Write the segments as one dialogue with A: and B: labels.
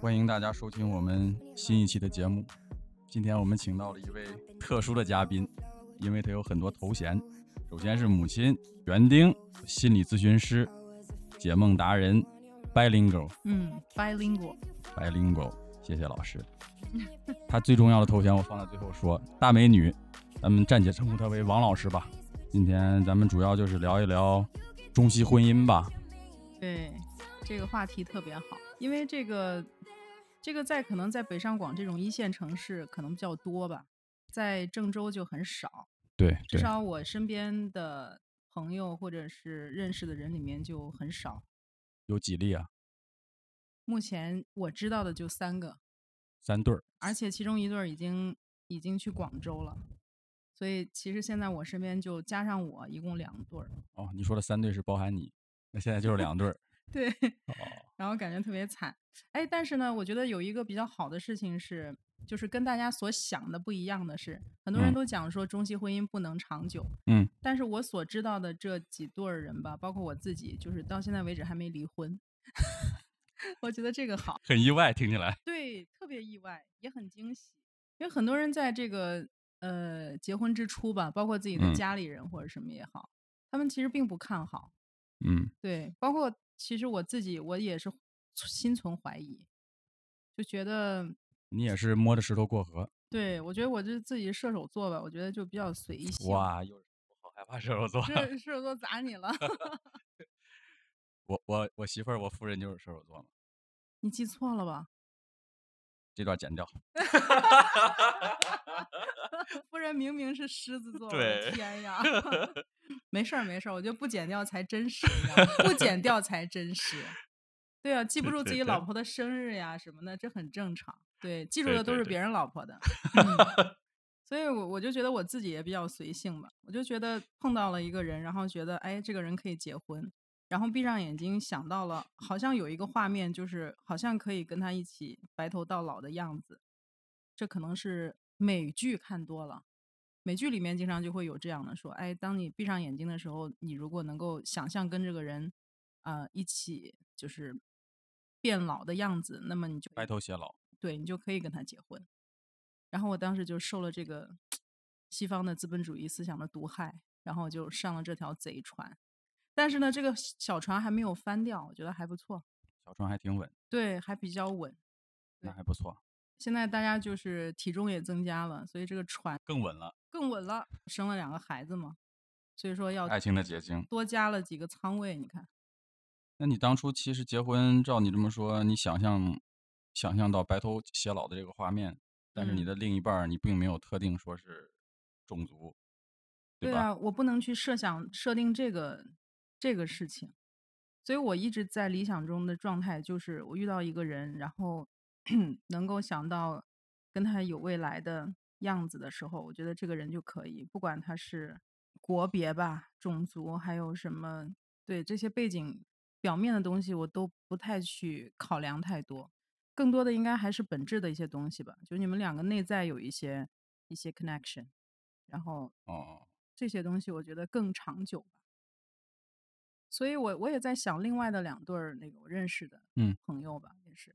A: 欢迎大家收听我们新一期的节目。今天我们请到了一位特殊的嘉宾，因为他有很多头衔，首先是母亲、园丁、心理咨询师、解梦达人、bilingual
B: 嗯，bilingual，
A: bilingual。谢谢老师。他最重要的头衔我放在最后说，大美女，咱们暂且称呼她为王老师吧。今天咱们主要就是聊一聊中西婚姻吧，
B: 对，这个话题特别好，因为这个这个在可能在北上广这种一线城市可能比较多吧，在郑州就很少，
A: 对
B: 至少我身边的朋友或者是认识的人里面就很少。
A: 有几例啊？
B: 目前我知道的就三个，
A: 三对儿，
B: 而且其中一对儿已经已经去广州了，所以其实现在我身边就加上我一共两对儿，
A: 哦，你说的三对是包含你，那现在就是两对儿
B: 对。
A: 哦，
B: 然后感觉特别惨。哎，但是呢，我觉得有一个比较好的事情是，就是跟大家所想的不一样的是，很多
A: 嗯
B: 人都讲说中西婚姻不能长久，
A: 嗯，
B: 但是我所知道的这几对儿人吧，包括我自己，就是到现在为止还没离婚。 我觉得这个好，
A: 很意外，听起来，
B: 对，特别意外，也很惊喜，因为很多人在这个呃结婚之初吧，包括自己的
A: 嗯
B: 家里人或者什么也好，他们其实并不看好，
A: 嗯，
B: 对，包括其实我自己，我也是心存怀疑，就觉得，
A: 你也是摸着石头过河，
B: 对我觉得我这自己射手座吧，我觉得就比较随意性。
A: 哇，又我好害怕射手 座，
B: 射射手座砸你了，
A: 我我我媳妇儿，我夫人就是射手座嘛，
B: 你记错了吧？
A: 这段剪掉，
B: 夫人明明是狮子座，我的
A: 对
B: 天呀！没事儿没事儿，我觉得不剪掉才真实呀，不剪掉才真实。对啊，记不
A: 对
B: 住
A: 对
B: 自己老
A: 对
B: 婆的生日呀什么的，这很正常。对，记住
A: 对
B: 的都
A: 对
B: 是
A: 对
B: 别人老婆 的。嗯所以，我我就觉得我自己也比较随性吧。我就觉得碰到了一个人，然后觉得哎，这个人可以结婚，然后闭上眼睛想到了，好像有一个画面，就是好像可以跟他一起白头到老的样子。这可能是美剧看多了，美剧里面经常就会有这样的说，哎，当你闭上眼睛的时候，你如果能够想象跟这个人，呃，一起就是变老的样子，那么你就
A: 白头偕老，
B: 对你就可以跟他结婚。然后我当时就受了这个西方的资本主义思想的毒害，然后我就上了这条贼船。但是呢，这个小船还没有翻掉，我觉得还不错，
A: 小船还挺稳，
B: 对，还比较稳。
A: 那
B: 对
A: 还不错，
B: 现在大家就是体重也增加了，所以这个船
A: 更稳了，
B: 更稳了。生了两个孩子嘛，所以说要
A: 爱情的结晶。
B: 多加了几个仓位。你看，
A: 那你当初其实结婚，照你这么说，你想象想象到白头偕老的这个画面，但是你
B: 嗯
A: 的另一半儿你并没有特定说是种族，对吧？
B: 啊，我不能去设想设定这个这个事情，所以我一直在理想中的状态就是我遇到一个人，然后 能够想到跟他有未来的样子的时候，我觉得这个人就可以，不管他是国别吧、种族，还有什么对这些背景表面的东西，我都不太去考量太多。更多的应该还是本质的一些东西吧，就是你们两个内在有一些一些 connection，然后
A: 哦，
B: 这些东西，我觉得更长久吧。所以我我也在想另外的两对儿那个我认识的
A: 嗯
B: 朋友吧，也是，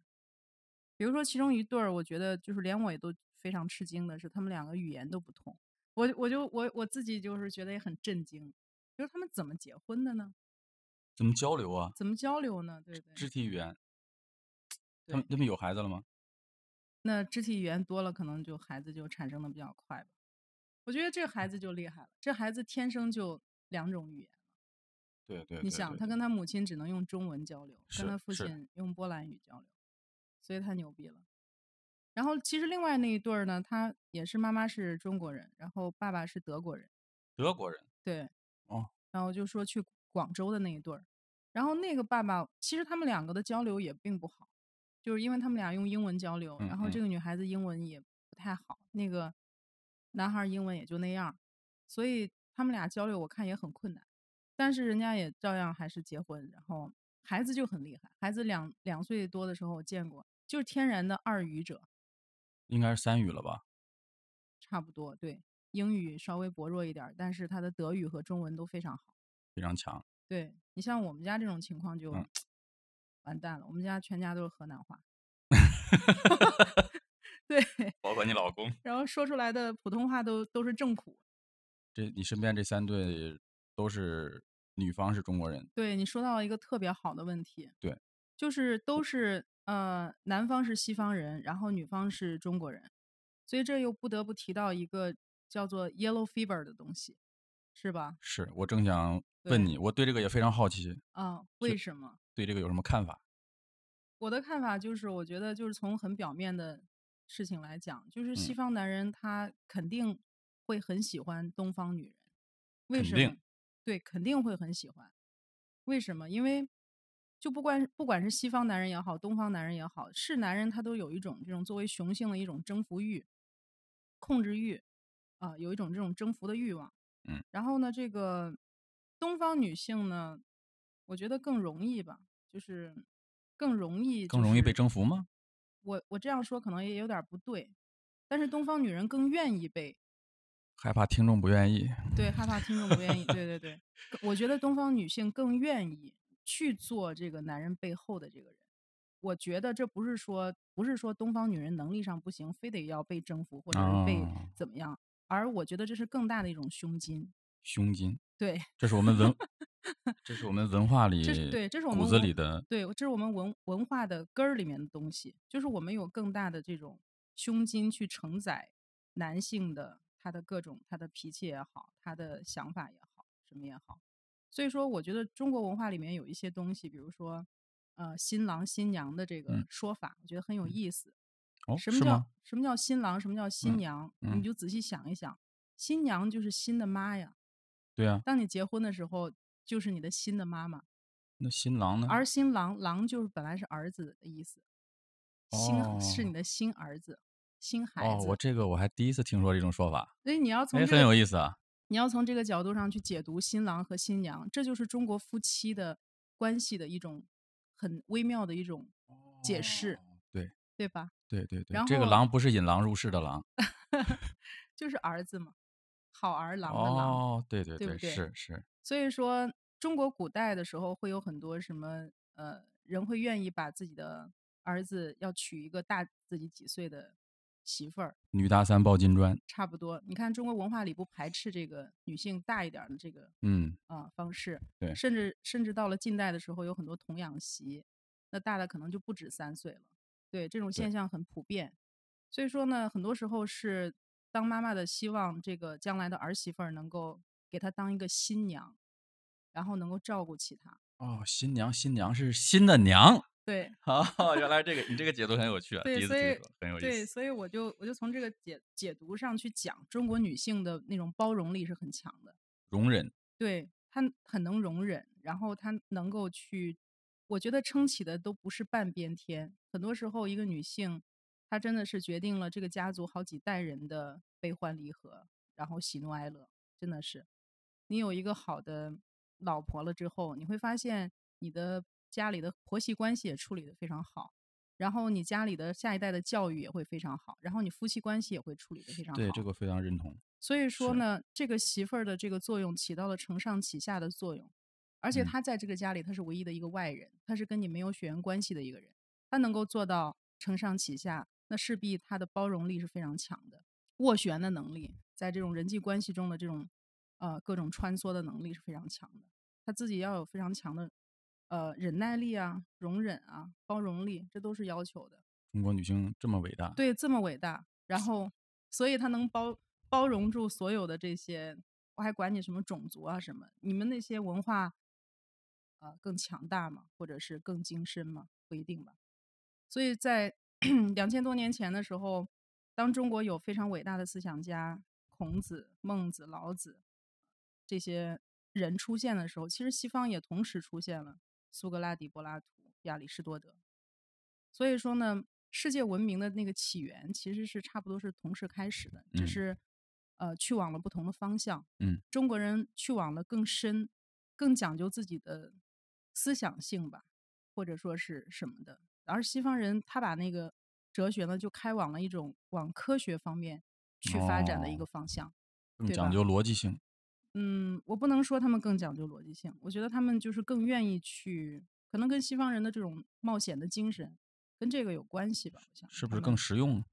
B: 比如说其中一对儿，我觉得就是连我也都非常吃惊的是，他们两个语言都不同，我我就我我自己就是觉得也很震惊，就是他们怎么结婚的呢？
A: 怎么交流啊？
B: 怎么交流呢？对不对？
A: 肢体语言，他们
B: 对
A: 他们有孩子了吗？
B: 那肢体语言多了，可能就孩子就产生的比较快吧。我觉得这孩子就厉害了，这孩子天生就两种语言。
A: 对对，对
B: 你想，
A: 对
B: 他跟他母亲只能用中文交流，
A: 是
B: 跟他父
A: 是
B: 亲用波兰语交流，所以他牛逼了。然后其实另外那一对儿呢，他也是妈妈是中国人，然后爸爸是德国人，
A: 德国人
B: 对，
A: 哦，
B: 然后就说去广州的那一对儿，然后那个爸爸其实他们两个的交流也并不好，就是因为他们俩用英文交流，
A: 嗯
B: 然后
A: 嗯
B: 这个女孩子英文也不太好，那个男孩儿英文也就那样儿，所以他们俩交流我看也很困难，但是人家也照样还是结婚，然后孩子就很厉害，孩子两两岁多的时候我见过，就是天然的二语者，
A: 应该是三语了吧？
B: 差不多。对，英语稍微薄弱一点儿，但是他的德语和中文都非常好。
A: 非常强。
B: 对你像我们家这种情况就
A: 嗯
B: 完蛋了，我们家全家都是河南话。 对，
A: 包括你老公，
B: 然后说出来的普通话都都是正苦。
A: 这你身边这三对都是女方是中国人，
B: 对你说到了一个特别好的问题，
A: 对，
B: 就是都是呃，男方是西方人，然后女方是中国人，所以这又不得不提到一个叫做 yellow fever 的东西，是吧？
A: 是我正想
B: 对
A: 问你，我对这个也非常好奇，
B: 啊、为什么？
A: 对这个有什么看法？
B: 我的看法就是，我觉得就是从很表面的事情来讲，就是西
A: 嗯
B: 方男人他肯定会很喜欢东方女人，为
A: 肯
B: 什
A: 定
B: 么？对，肯定会很喜欢。为什么？因为就不管不管是西方男人也好，东方男人也好，是男人他都有一种这种作为雄性的一种征服欲、控制欲啊、有一种这种征服的欲望。
A: 嗯，
B: 然后呢，这个东方女性呢，我觉得更容易吧，就是更容易、
A: 更容易被。征服吗？
B: 我我这样说可能也有点儿不对，但是东方女人更愿意被
A: 害怕听众不愿意，
B: 对，害怕听众不愿意。对对对，我觉得东方女性更愿意去做这个男人背后的这个人。我觉得这不是说不是说东方女人能力上不行，非得要被征服或者是被
A: 哦
B: 怎么样，而我觉得这是更大的一种胸襟。
A: 胸襟，
B: 对，
A: 这是我们 文，这是我们文化里，
B: 这是对，这是我
A: 骨
B: 们
A: 子
B: 文
A: 里的，
B: 对，这是我们文文化的根儿里面的东西，就是我们有更大的这种胸襟去承载男性的他的各种他的脾气也好，他的想法也好，什么也好。所以说，我觉得中国文化里面有一些东西，比如说，呃，新郎新娘的这个
A: 嗯
B: 说法，我觉得很有意思。
A: 哦，
B: 什么
A: 是
B: 叫
A: 吗？
B: 什么叫新郎？什么叫新
A: 嗯
B: 娘？
A: 嗯
B: 你就仔细想一想，新娘就是新的妈呀。
A: 对啊，
B: 当你结婚的时候，就是你的新的妈妈。
A: 那新郎呢？
B: 而新郎，郎就是本来是儿子的意思，新、是
A: 哦
B: 你的新儿子、新孩
A: 哦，
B: 子，
A: 我这个我还第一次听说这种说法，
B: 所以你要从
A: 哎，
B: 这
A: 很
B: 个
A: 有意思啊。
B: 你要从这个角度上去解读新郎和新娘，这就是中国夫妻的关系的一种很微妙的一种解释，
A: 哦对
B: 对吧？
A: 对对对
B: 然，
A: 这个
B: 后
A: 狼不是引狼入室的狼，
B: 就是儿子嘛，好儿郎的郎，
A: 哦，对对
B: 对不对
A: 是是，
B: 所以说，中国古代的时候会有很多什么呃，人会愿意把自己的儿子要娶一个大自己几岁的媳妇儿，
A: 女大三抱金砖，
B: 差不多。你看中国文化里不排斥这个女性大一点儿的这个
A: 嗯，
B: 啊、方式，
A: 对
B: 甚至甚至到了近代的时候，有很多童养媳，那大的可能就不止三岁了。对，这种
A: 对
B: 现象很普遍。所以说呢，很多时候是当妈妈的希望这个将来的儿媳妇儿能够给她当一个新娘，然后能够照顾起她。
A: 哦，新娘新娘是新的娘，
B: 对，
A: 哦，原来这个你这个解读很有趣啊，第
B: 对，
A: 一次
B: 所
A: 听
B: 以
A: 说，很有意
B: 对，
A: 思，
B: 所以我就我就从这个解解读上去讲，中国女性的那种包容力是很强的，
A: 容忍，
B: 对她很能容忍，然后她能够去，我觉得撑起的都不是半边天，很多时候一个女性，她真的是决定了这个家族好几代人的悲欢离合，然后喜怒哀乐，真的是，你有一个好的老婆了之后，你会发现你的家里的婆媳关系也处理的非常好。然后你家里的下一代的教育也会非常好，然后你夫妻关系也会处理的非常好。
A: 对这个非常认同，
B: 所以说
A: 是
B: 呢，这个媳妇儿的这个作用起到了承上启下的作用，而且
A: 嗯
B: 她在这个家里她是唯一的一个外人，她是跟你没有血缘关系的一个人，她能够做到承上启下，那势必她的包容力是非常强的，斡旋的能力，在这种人际关系中的这种呃各种穿梭的能力是非常强的，她自己要有非常强的呃忍耐力啊、容忍啊、包容力，这都是要求的。
A: 中国女性这么伟大，
B: 对，这么伟大，然后所以他能包包容住所有的这些，我还管你什么种族啊什么？你们那些文化，呃，更强大吗？或者是更精深吗？不一定吧。所以在 两千多年前的时候，当中国有非常伟大的思想家孔子、孟子、老子这些人出现的时候，其实西方也同时出现了苏格拉底、柏拉图、亚里士多德。所以说呢，世界文明的那个起源其实是差不多是同时开始的，只
A: 嗯
B: 是呃去往了不同的方向。
A: 嗯，
B: 中国人去往了更深、更讲究自己的思想性吧，或者说是什么的。而西方人他把那个哲学呢，就开往了一种往科学方面去发展的一
A: 哦
B: 个方向。
A: 更
B: 对
A: 讲
B: 吧
A: 究逻辑性。
B: 嗯，我不能说他们更讲究逻辑性，我觉得他们就是更愿意去，可能跟西方人的这种冒险的精神跟这个有关系吧。我想
A: 是不是
B: 他们
A: 更实用呢？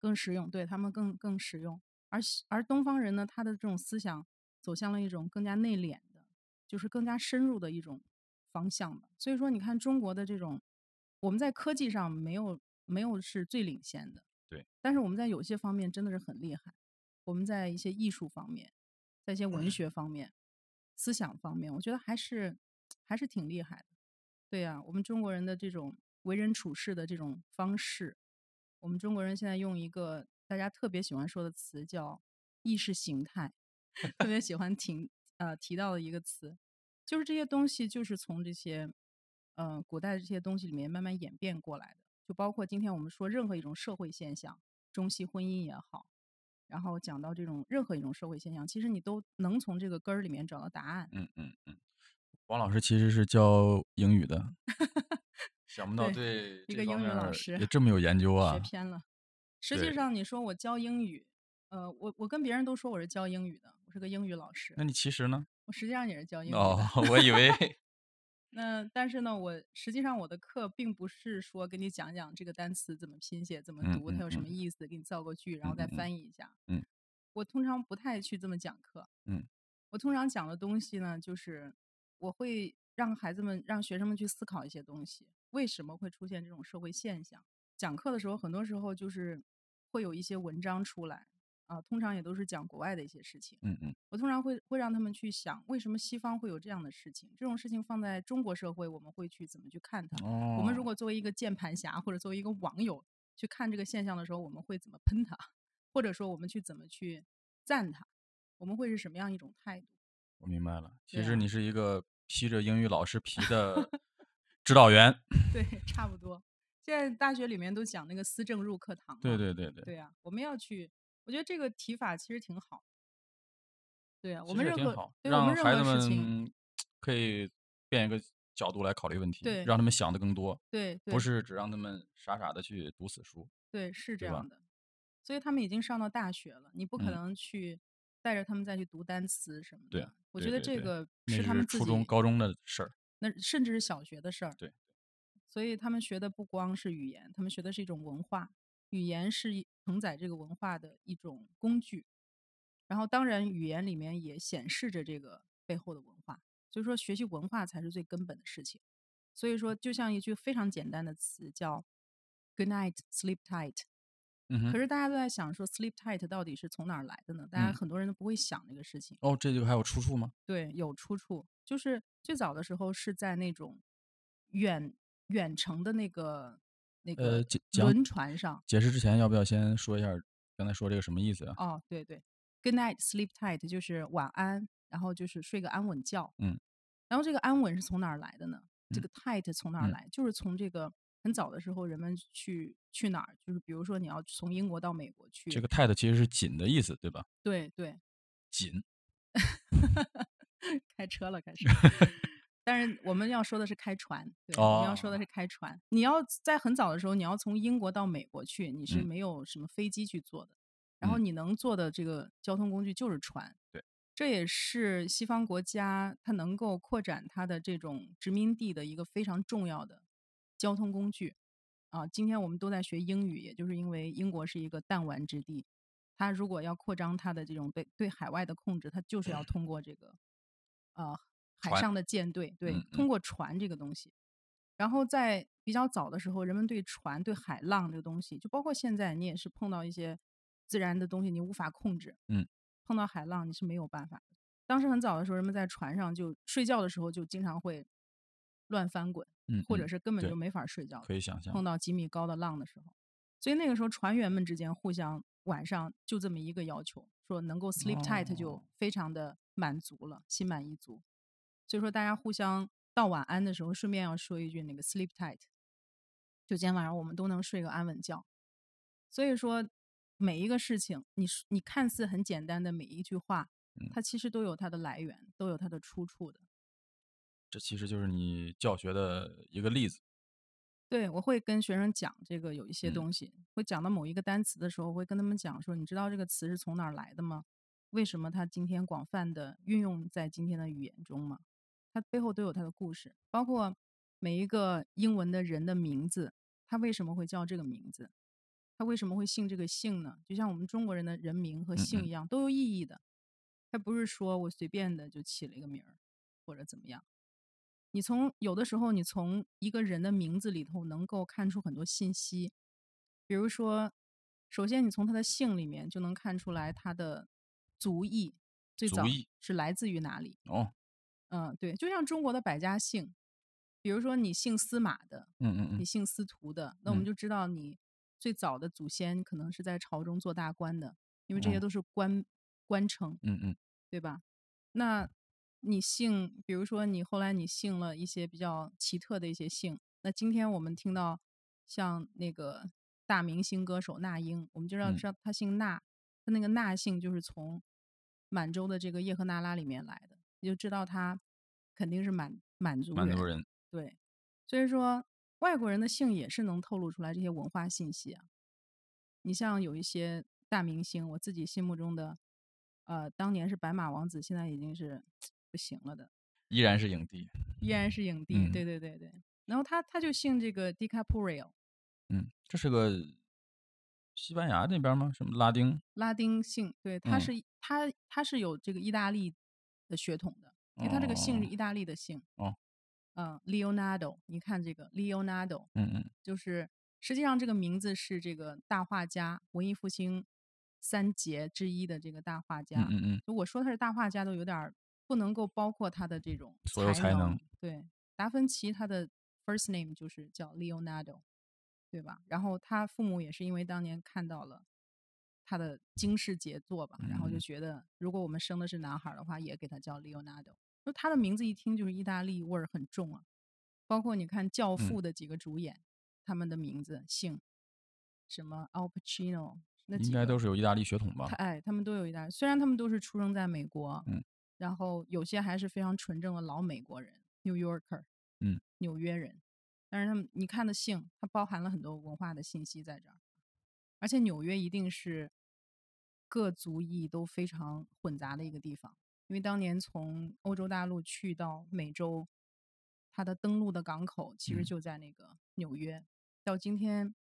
B: 更实用，对他们更更实用。而西而东方人呢，他的这种思想走向了一种更加内敛的，就是更加深入的一种方向吧。所以说，你看中国的这种，我们在科技上没有没有是最领先的，
A: 对，
B: 但是我们在有些方面真的是很厉害。我们在一些艺术方面，在一些文学方面、思想方面，我觉得还是还是挺厉害的。对呀、我们中国人的这种为人处事的这种方式，我们中国人现在用一个大家特别喜欢说的词叫意识形态，特别喜欢提呃提到的一个词，就是这些东西就是从这些呃古代这些东西里面慢慢演变过来的，就包括今天我们说任何一种社会现象，中西婚姻也好。然后讲到这种任何一种社会现象，其实你都能从这个根儿里面找到答案。
A: 嗯嗯嗯。王老师其实是教英语的，想 不到
B: 对，
A: 对
B: 一
A: 这
B: 个
A: 方
B: 英语
A: 面
B: 老
A: 儿
B: 师
A: 也这么有研究
B: 学
A: 啊。
B: 偏了。实际
A: 对，
B: 上，你说我教英语，呃，我我跟别人都说我是教英语的，我是个英语老师，
A: 那你其实呢？
B: 我实际上也是教英语的。
A: 哦，我以 为
B: 那但是呢，我实际上我的课并不是说给你讲讲这个单词怎么拼写、怎么
A: 嗯
B: 读，它
A: 嗯
B: 有什么
A: 嗯
B: 意思，给你造个句，然
A: 嗯
B: 后再
A: 嗯嗯
B: 翻译一下。
A: 嗯
B: 我通常不太去这么讲课，
A: 嗯
B: 我通常讲的东西呢，就是我会让孩子们、让学生们去思考一些东西，为什么会出现这种社会现象。讲课的时候，很多时候就是会有一些文章出来啊，通常也都是讲国外的一些事情。
A: 嗯嗯，
B: 我通常会会让他们去想，为什么西方会有这样的事情？这种事情放在中国社会，我们会去怎么去看它？我们如
A: 哦，
B: 果作为一个键盘侠或者作为一个网友去看这个现象的时候，我们会怎么喷它，或者说我们去怎么去赞它？我们会是什么样一种态度？
A: 我明白了。
B: 对
A: 其实
B: 啊，
A: 你是一个披着英语老师皮 的指导员。
B: 对，差不多。现在大学里面都讲那个思政入课堂
A: 对
B: 嘛，
A: 对对对，
B: 嗯对啊，我们要去，我觉得这个提法其实挺好。对啊，我
A: 其
B: 们
A: 实也
B: 任
A: 挺
B: 何
A: 好，
B: 对我们
A: 让
B: 任
A: 孩
B: 何
A: 子
B: 事情，
A: 们可以变一个角度来考虑问题，
B: 对
A: 让他们想的更多，
B: 对
A: 不
B: 对
A: 是只让他们傻傻的去读死书，
B: 对，是这
A: 对吧？
B: 样的。所以他们已经上到大学了，你不可
A: 嗯，
B: 能去带着他们再去读单词什么
A: 对，
B: 的。我觉
A: 对
B: 得
A: 对
B: 这
A: 对，
B: 个
A: 那
B: 是他
A: 是
B: 们自
A: 初中、
B: 己，
A: 高中的事儿，
B: 那甚至是小学的事儿。
A: 对，
B: 所以他们学的不光是语言，他们学的是一种文化，语言是一承载这个文化的一种工具。然后，当然，语言里面也显示着这个背后的文化。所以说，学习文化才是最根本的事情。所以说，就像一句非常简单的词叫 “Good night, sleep tight”，
A: 嗯
B: 可
A: 哼，
B: 是大家都在想说 “sleep tight” 到底是从哪儿来的呢？大家
A: 嗯，
B: 很多人都不会想这个事情。
A: 哦，这就还有出处吗？
B: 对，有出处，就是最早的时候是在那种远远程的那个那
A: 呃，
B: 个
A: 解讲
B: 轮船上。
A: 解释之前，要不要先说一下刚才说这个什么意思啊？
B: 哦，对对，Good night, sleep tight 就是晚安，然后就是睡个安稳觉。
A: 嗯
B: 然后这个安稳是从哪儿来的呢？这
A: 嗯
B: 个 tight 从哪儿
A: 嗯
B: 来？就是从这个很早的时候，人们去去哪儿？就是比如说你要从英国到美国
A: 这
B: 去，
A: 个 tight 其实是紧的意思，对吧？
B: 对对，
A: 紧，
B: 开车了开始。 但是我们要说的是开船，对，我们要说的
A: 哦，
B: 是开船。你要在很早的时候，你要从英国到美国去，你是
A: 嗯
B: 没有什么飞机去坐的，然后
A: 嗯，
B: 你能坐的这个交通工具就是船。
A: 对，
B: 这也是西方国家它能够扩展它的这种殖民地的一个非常重要的交通工具啊。今天我们都在学英语，也就是因为英国是一个弹丸之地，它如果要扩张它的这种对对海外的控制，它就是要通过这个呃海
A: 船，
B: 上的舰队，对，
A: 嗯嗯
B: 通过船这个东西。然后在比较早的时候，人们对船、对海浪这个东西，就包括现在，你也是碰到一些自然的东西，你无法控制，
A: 嗯，
B: 碰到海浪你是没有办法的。当时很早的时候，人们在船上就睡觉的时候就经常会乱翻滚，
A: 嗯
B: 或者
A: 嗯，
B: 是根本就
A: 对，
B: 没法儿睡觉的，
A: 可以想象，
B: 碰到几米高的浪的时候。所以那个时候，船员们之间互相晚上就这么一个要求，说能够 sleep tight
A: 哦。
B: 就非常的满足了，心满意足。所以说，大家互相道晚安的时候，顺便要说一句那个 sleep tight，就今天晚上我们都能睡个安稳觉。所以说，每一个事情，你是你看似很简单的每一句话，
A: 嗯，
B: 它其实都有它的来源，都有它的出处的。
A: 这其实就是你教学的一个例子。
B: 对，我会跟学生讲这个有一些
A: 嗯
B: 东西，会讲到某一个单词的时候，我会跟他们讲说，你知道这个词是从哪儿来的吗？为什么它今天广泛的运用在今天的语言中吗？它背后都有它的故事，包括每一个英文的人的名字，他为什么会叫这个名字？他为什么会姓这个姓呢？就像我们中国人的人名和
A: 嗯
B: 姓
A: 嗯
B: 一样，都有意义的。他不是说我随便的就起了一个名儿或者怎么样。你从有的时候，你从一个人的名字里头能够看出很多信息，比如说，首先你从他的姓里面就能看出来他的族裔最
A: 族
B: 早
A: 裔
B: 是来自于哪里。
A: 哦，
B: 嗯，对，就像中国的百家姓，比如说你姓司马的，
A: 嗯嗯
B: 你
A: 嗯
B: 姓司徒的，那我们
A: 嗯
B: 就知道你最早的祖先可能是在朝中做大官的，因为这些
A: 哦，
B: 都是官官称，
A: 嗯嗯
B: 对吧？那你姓，比如说你后来你姓了一些比较奇特的一些姓，那今天我们听到像那个大明星歌手那英，我们就知道
A: 嗯
B: 知道他姓那，他那个那姓就是从满洲的这个叶赫那拉里面来的，你就知道他肯定是满满族
A: 蛮多
B: 人，
A: 人，
B: 对，所以说外国人的姓也是能透露出来这些文化信息啊。你像有一些大明星，我自己心目中的，呃，当年是白马王子，现在已经是不行了的，
A: 依然是影帝，
B: 依然是影帝。
A: 嗯
B: 对对对对，然后他他就姓这个 DiCaprio，
A: 嗯，这是个西班牙那边儿吗？什么拉丁？
B: 拉丁姓，对，他
A: 嗯
B: 是他他是有这个意大利的血统的，因为他这个姓是
A: 哦
B: 意大利的姓。
A: 哦，
B: 嗯，Leonardo，你看这个 Leonardo，
A: 嗯嗯
B: 就是实际上这个名字是这个大画家、文艺复兴三杰之一的这个大画
A: 嗯
B: 家。啊
A: 嗯嗯，
B: 就我说他是大画家，都有点儿不能够包括他的这种
A: 所有
B: 才
A: 才能，
B: 能。对，达芬奇他的 first name 就是叫 Leonardo，对吧？然后他父母也是因为当年看到了他的惊世杰作吧，然后就
A: 嗯
B: 觉得如果我们生的是男孩儿的话，也给他叫 Leonardo。就他的名字一听就是意大利味儿很重啊，包括你看《教
A: 嗯，
B: 父》的几个主演，他们的名字姓什么 Al Pacino 那
A: 应
B: 几
A: 该
B: 个，
A: 都是有意大利血统吧？
B: 他哎，他们都有一代，虽然他们都是出生在美国，
A: 嗯
B: 然后有些还是非常纯正的老美国人 （New Yorker）、
A: 嗯
B: 纽约人，但是他们你看的姓，它包含了很多文化的信息在这儿，而且纽约一定是各族裔都非常混杂的一个地方，因为当年从欧洲大陆去到美洲，它的登陆的港口其实
A: 嗯
B: 就在那个纽约，到今天，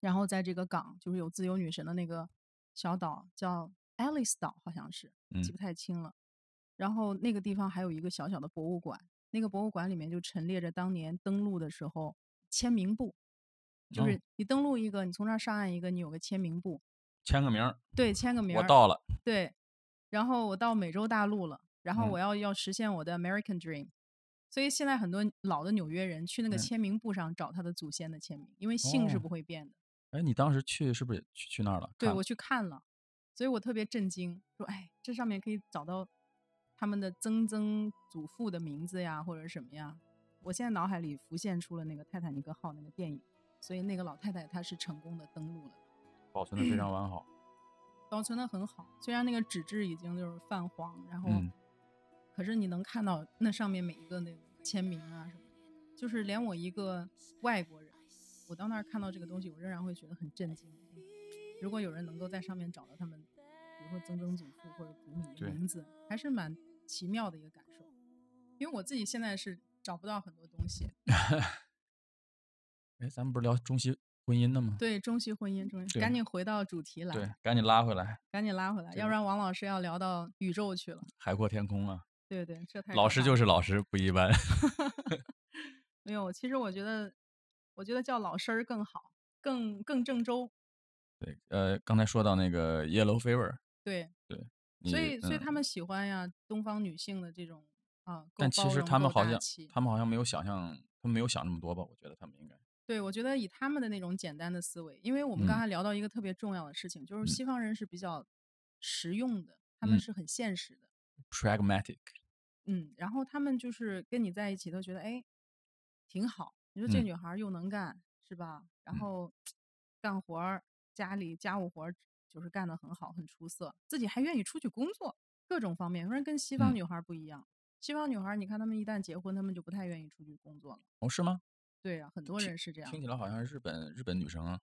B: 然后在这个港就是有自由女神的那个小岛叫 Alice 岛，好像是记
A: 嗯
B: 不太清了。然后那个地方还有一个小小的博物馆，那个博物馆里面就陈列着当年登陆的时候签名簿，就
A: 哦，
B: 是你登录一个，你从这儿上岸一个，你有个签名簿，
A: 签个名儿，
B: 对，签个名
A: 我
B: 儿，
A: 到了，
B: 对。然后我到美洲大陆了，然后
A: 嗯
B: 我要要实现我的 American Dream，所以现在很多老的纽约人去那个
A: 嗯，
B: 签名簿上找他的祖先的签名，因为姓是
A: 哦，
B: 不会变的。
A: 哎，你当时去是不是也去去那儿了？
B: 对
A: 看
B: 我
A: 了，
B: 去看了，所以我特别震惊，说哎，这上面可以找到他们的曾曾祖父的名字呀，或者什么呀。我现在脑海里浮现出了那个《泰坦尼克号》那个电影，所以那个老太太她是成功的登陆了
A: 保存的非
B: 的，
A: 常完 好，
B: 保存的很好。虽然那个纸质已经就是泛黄，然后
A: 嗯
B: 可是你能看到那上面每一个那个签名啊什么的，就是连我一个外国人，我到那儿看到这个东西，我仍然会觉得很震惊。嗯如果有人能够在上面找到他们，比如说曾曾祖父或者祖母的
A: 对，
B: 名字，还是蛮奇妙的一个感受。因为我自己现在是找不到很多东西，
A: 哎，咱们不是聊中西婚姻的吗？
B: 对中西婚姻中，
A: 对
B: 赶紧回到主题来，
A: 对，赶紧拉回来，
B: 赶紧拉回来，
A: 这
B: 要不
A: 个
B: 然王老师要聊到宇宙去了。
A: 海阔天空啊，
B: 对对，这太
A: 老
B: 可
A: 师
B: 怕
A: 就
B: 了。
A: 是老师，不一般，
B: 没有，其实我觉得，我觉得叫老师儿更好，更更郑州。
A: 对，呃，刚才说到那个 Yellow Fever，
B: 对，
A: 对
B: 所
A: 你，
B: 以所以
A: 嗯，
B: 他们喜欢呀，东方女性的这种啊，够
A: 但其
B: 包
A: 实
B: 容，
A: 他们
B: 够
A: 好
B: 大
A: 像，
B: 气。
A: 他们好像没有想象，他们没有想那么多吧？我觉得他们应该，
B: 对，我觉得以他们的那种简单的思维，因为我们刚
A: 嗯
B: 才聊到一个特别重要的事情，就是
A: 嗯
B: 西方人是比较实用的，他们
A: 嗯
B: 是很现实的，
A: ，pragmatic，
B: 嗯，然后他们就是跟你在一起都觉得哎挺好，你说这
A: 嗯
B: 女孩儿又能干是吧？然
A: 嗯
B: 后干活儿，家里家务活儿就是干得很好，很出色，自己还愿意出去工作，各种方面，反正跟西
A: 嗯，
B: 方女孩儿不一样。西方女孩儿，你看她们一旦结婚，她们就不太愿意出去工作了。
A: 哦，是吗？
B: 对呀、很多人是这样
A: 听。起来好像是日本日本女生啊，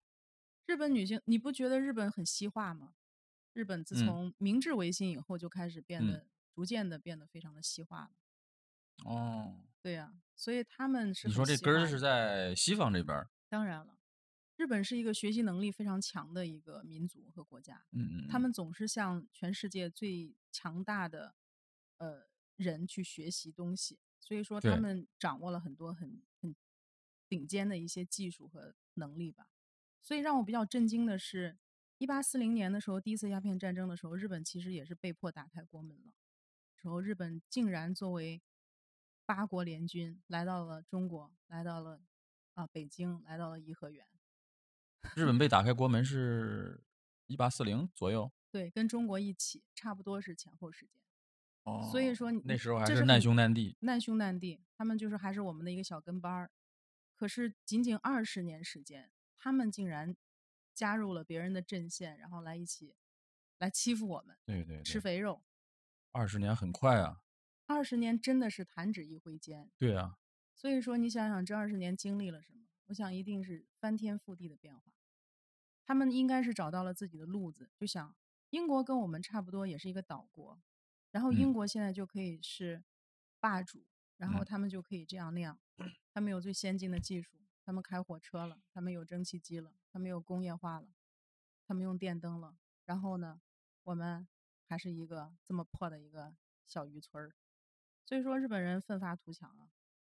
B: 日本女性，你不觉得日本很西化吗？日本自
A: 嗯
B: 从明治维新以后就开始变
A: 嗯
B: 得、逐渐的变得非常的西化了。
A: 哦，
B: 对呀、所以他们是
A: 你说
B: 很
A: 这
B: 西
A: 根
B: 化
A: 儿是
B: 的
A: 在西方这边儿，
B: 当然了，日本是一个学习能力非常强的一个民族和国家，
A: 嗯嗯，
B: 他
A: 嗯
B: 们总是向全世界最强大的呃人去学习东西，所以说他
A: 对
B: 们掌握了很多很很顶尖的一些技术和能力吧。所以让我比较震惊的是，一八四零年的时候，第一次鸦片战争的时候，日本其实也是被迫打开国门了。时候，日本竟然作为八国联军来到了中国，来到了啊、北京，来到了颐和园，
A: 日本被打开国门是一八四零左右，
B: 对，跟中国一起，差不多是前后时间。
A: 哦，
B: 所以说你
A: 那时候还
B: 这
A: 是
B: 是
A: 难
B: 很
A: 兄难弟，
B: 难兄难弟，他们就是还是我们的一个小跟班儿。可是仅仅二十年时间，他们竟然加入了别人的阵线，然后来一起来欺负我们，
A: 对对
B: 吃
A: 对，
B: 肥肉。
A: 二十年很快啊，
B: 二十年真的是弹指一挥间。
A: 对啊，
B: 所以说，你想想这二十年经历了什么？我想一定是翻天覆地的变化。他们应该是找到了自己的路子，就想英国跟我们差不多，也是一个岛国，然后英
A: 嗯
B: 国现在就可以是霸主，然后
A: 嗯
B: 他们就可以这样那样，他们有最先进的技术，他们开火车了，他们有蒸汽机了，他们有工业化了，他们用电灯了，然后呢，我们还是一个这么破的一个小渔村儿，所以说日本人奋发图强啊，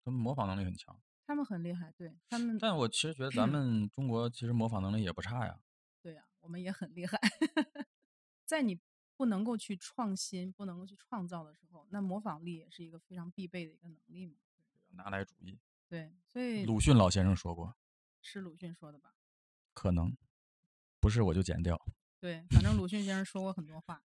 A: 他们模仿能力很强，
B: 他们很厉害，对他们
A: 但我其实觉得
B: 嗯
A: 咱们中国其实模仿能力也不差呀，
B: 对呀、我们也很厉害。 在你不能够去创新、不能够去创造的时候，那模仿力也是一个非常必备的一个能力嘛。
A: 拿来主义。
B: 对，所以
A: 鲁迅老先生说过，
B: 是鲁迅说的吧？
A: 可能不是我就剪掉。
B: 对，反正鲁迅先生说过很多话。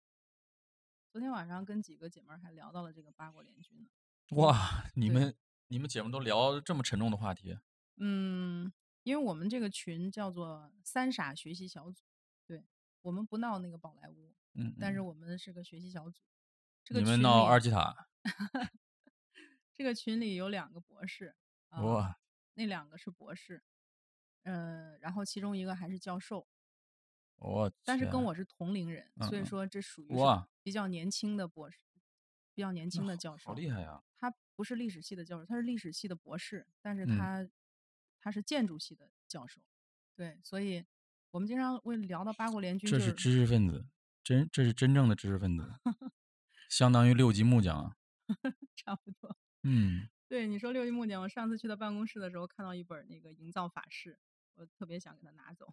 B: 昨天晚上跟几个姐妹儿还聊到了这个八国联军呢。
A: 哇，你
B: 对
A: 们你们姐们都聊这么沉重的话题，
B: 嗯，因为我们这个群叫做“三傻学习小组”，对我们不闹那个宝莱坞，
A: 嗯，
B: 但是
A: 嗯
B: 我们是个学习小组。这个
A: 你们
B: 群
A: 闹
B: 里
A: 阿尔基塔，
B: 这个群里有两个博士，啊、
A: 哇，
B: 那两个是博士，呃，然后其中一个还是教授，
A: 我
B: 但是跟
A: 天啊
B: 我是同龄人，所
A: 嗯
B: 以
A: 嗯
B: 说这属于是
A: 哇，
B: 比较年轻的博士，比较年
A: 那
B: 轻的
A: 好
B: 教授，
A: 好厉害呀！
B: 他不是历史系的教授，他是历史系的博士，但是
A: 嗯
B: 他、他是建筑系的教授，对，所以我们经常会聊到八国联军，
A: 这
B: 就是
A: 知识分子，真这是真正的知识分子，相当于六级木匠啊。
B: 差不多。
A: 嗯，
B: 对你说六一木匠，我上次去他办公室的时候看到一本那个《营造法式》，我特别想给他拿走，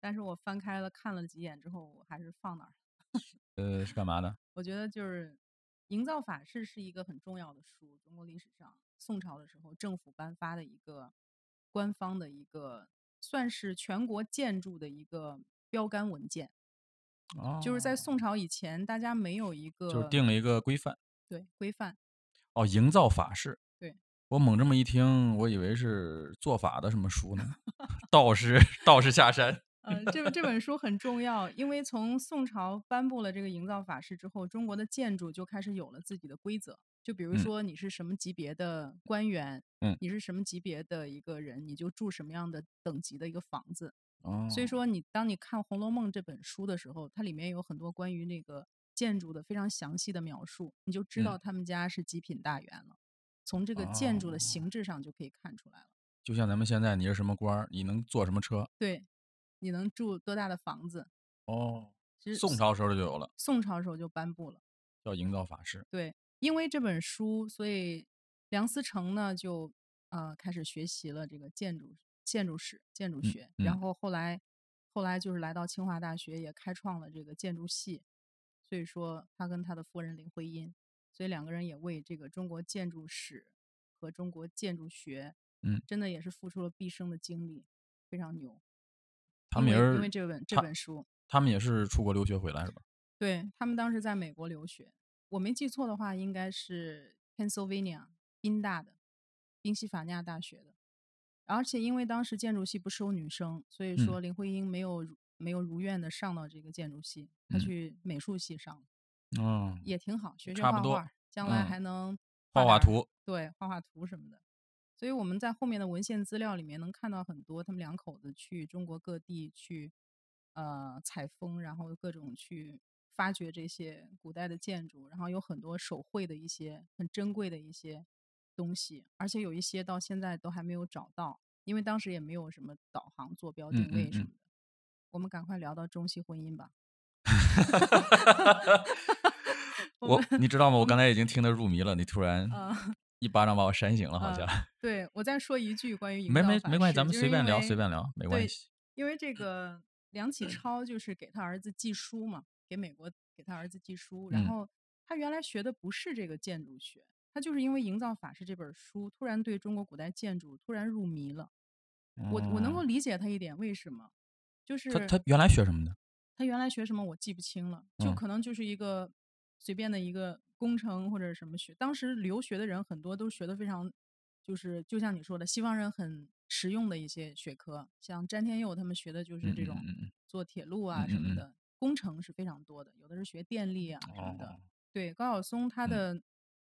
B: 但是我翻开了看了几眼之后，我还是放那儿了。
A: 呃，是干嘛的？
B: 我觉得就是《营造法式》是一个很重要的书，中国历史上宋朝的时候政府颁发的一个官方的一个算是全国建筑的一个标杆文件，
A: 哦，
B: 就是在宋朝以前，大家没有一个
A: 就是定了一个规范
B: 对规范，
A: 哦，营造法式。
B: 对，
A: 我猛这么一听，我以为是做法的什么书呢，道士道士下山。
B: 呃，这本这本书很重要，因为从宋朝颁布了这个营造法式之后，中国的建筑就开始有了自己的规则。就比如
A: 嗯
B: 说你是什么级别的官员，
A: 嗯
B: 你是什么级别的一个人，你就住什么样的等级的一个房子。
A: 哦，
B: 所以说你，当你看《红楼梦》这本书的时候，它里面有很多关于那个建筑的非常详细的描述，你就知
A: 嗯
B: 道他们家是几品大员了。从这个建筑的
A: 哦
B: 形制上就可以看出来了。
A: 就像咱们现在，你是什么官儿，你能坐什么车？
B: 对，你能住多大的房子？
A: 哦，
B: 其实
A: 宋朝时候就有了，
B: 宋朝时候就颁布了。
A: 叫营造法式。
B: 对，因为这本书，所以梁思成呢就呃开始学习了这个建筑建筑史、建筑
A: 嗯
B: 学，然
A: 嗯
B: 后后来后来就是来到清华大学，也开创了这个建筑系。所以说，他跟他的夫人林徽因，所以两个人也为这个中国建筑史和中国建筑学，
A: 嗯，
B: 真的也是付出了毕生的精力，非常牛。
A: 他
B: 因
A: 们也
B: 为
A: 是
B: 因为这本这
A: 他
B: 本书，
A: 他们也是出国留学回来是吧？
B: 对他们当时在美国留学，我没记错的话，应该是 Pennsylvania 宾大的，宾夕法尼亚大学的。而且因为当时建筑系不收女生，所以
A: 嗯
B: 说林徽因没有如没有如愿的上到这个建筑系，她
A: 嗯
B: 去美术系上了，
A: 嗯，
B: 也挺好，学学
A: 差不
B: 画
A: 多
B: 画儿，将来
A: 嗯
B: 还能
A: 画
B: 画
A: 画
B: 点儿
A: 图。
B: 对，画画图什么的。所以我们在后面的文献资料里面能看到很多他们两口子去中国各地去呃采风，然后各种去发掘这些古代的建筑，然后有很多手绘的一些很珍贵的一些东西，而且有一些到现在都还没有找到，因为当时也没有什么导航、坐标、
A: 嗯
B: 定位
A: 嗯
B: 什
A: 嗯
B: 么的。我们赶快聊到中西婚姻吧。 我
A: 我你知道吗？我刚才已经听得入迷了，你突然
B: 嗯
A: 一巴掌把我扇醒了，好像。
B: 呃 对我再说一句关于营
A: 没
B: 造
A: 没
B: 法
A: 没关系，
B: 式
A: 咱们
B: 就是
A: 随
B: 因
A: 便聊，随
B: 为
A: 便聊，没
B: 对
A: 关系。
B: 因为
A: 嗯
B: 这个梁启超就是给他儿子寄书嘛，给美国给他儿子寄书，然
A: 嗯
B: 后他原来学的不是这个建筑学，他就是因为《营造法式》这本书，突然对中国古代建筑突然入迷了。我我能够
A: 嗯
B: 理解他一点，为什么？就
A: 他
B: 是
A: 他原来学什么的？
B: 他原来学什么我记不清了，就
A: 嗯
B: 可能就是一个随便的一个工程或者什么学。当时留学的人很多都学的非常，就是就像你说的，西方人很实用的一些学科，像詹天佑他们学的就是
A: 嗯
B: 这
A: 嗯
B: 种
A: 嗯
B: 做铁路
A: 嗯
B: 啊
A: 嗯
B: 什么
A: 嗯
B: 的，工程是非常多的，有的是学电力啊
A: 嗯。
B: 什么的。
A: 哦，
B: 对，高晓松他
A: 嗯
B: 的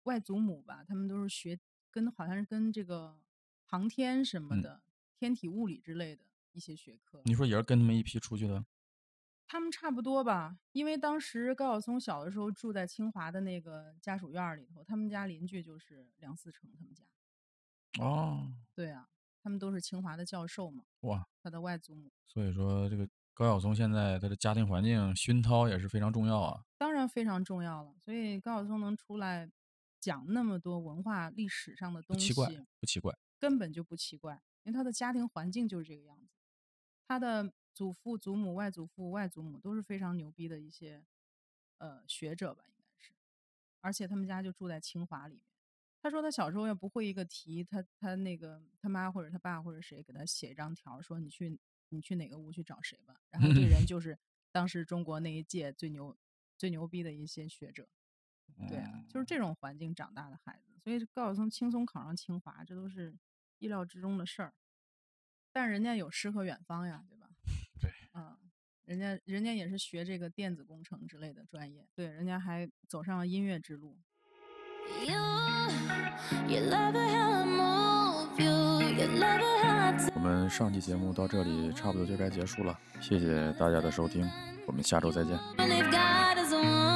B: 外祖母吧，他们都是学跟好像是跟这个航天什么
A: 嗯
B: 的、天体物理之类的一些学科。
A: 你说也是跟他们一批出去的？
B: 他们差不多吧，因为当时高晓松小的时候住在清华的那个家属院儿里头，他们家邻居就是梁思成他们家。
A: 哦，
B: 对啊，他们都是清华的教授嘛，
A: 哇，
B: 他的外祖母
A: 所以说这个高晓松现在他的家庭环境熏陶也是非常重要啊。
B: 当然非常重要了。所以高晓松能出来讲那么多文化历史上的
A: 不
B: 东
A: 奇怪，
B: 西，
A: 不奇怪。
B: 根本就不奇怪，因为他的家庭环境就是这个样子。他的祖父、祖母、外祖父、外祖母都是非常牛逼的一些呃学者吧，应该是。而且他们家就住在清华里面。他说他小时候要不会一个题，他他那个他妈或者他爸或者谁给他写一张条儿，说你去你去哪个屋去找谁吧。然后这人就是当时中国那一届最牛最牛逼的一些学者，对啊，
A: 嗯
B: 就是这种环境长大的孩子，所以高晓松轻松考上清华，这都是意料之中的事儿。但人家有诗和远方呀，对吧？
A: 对，
B: 嗯，人家人家也是学这个电子工程之类的专业，对，人家还走上了音乐之路。
C: You, you love it how I move you, you love it how I
D: 我们上期节目到这里差不多就该结束了，谢谢大家的收听，我们下周再见。
C: turn if God is one.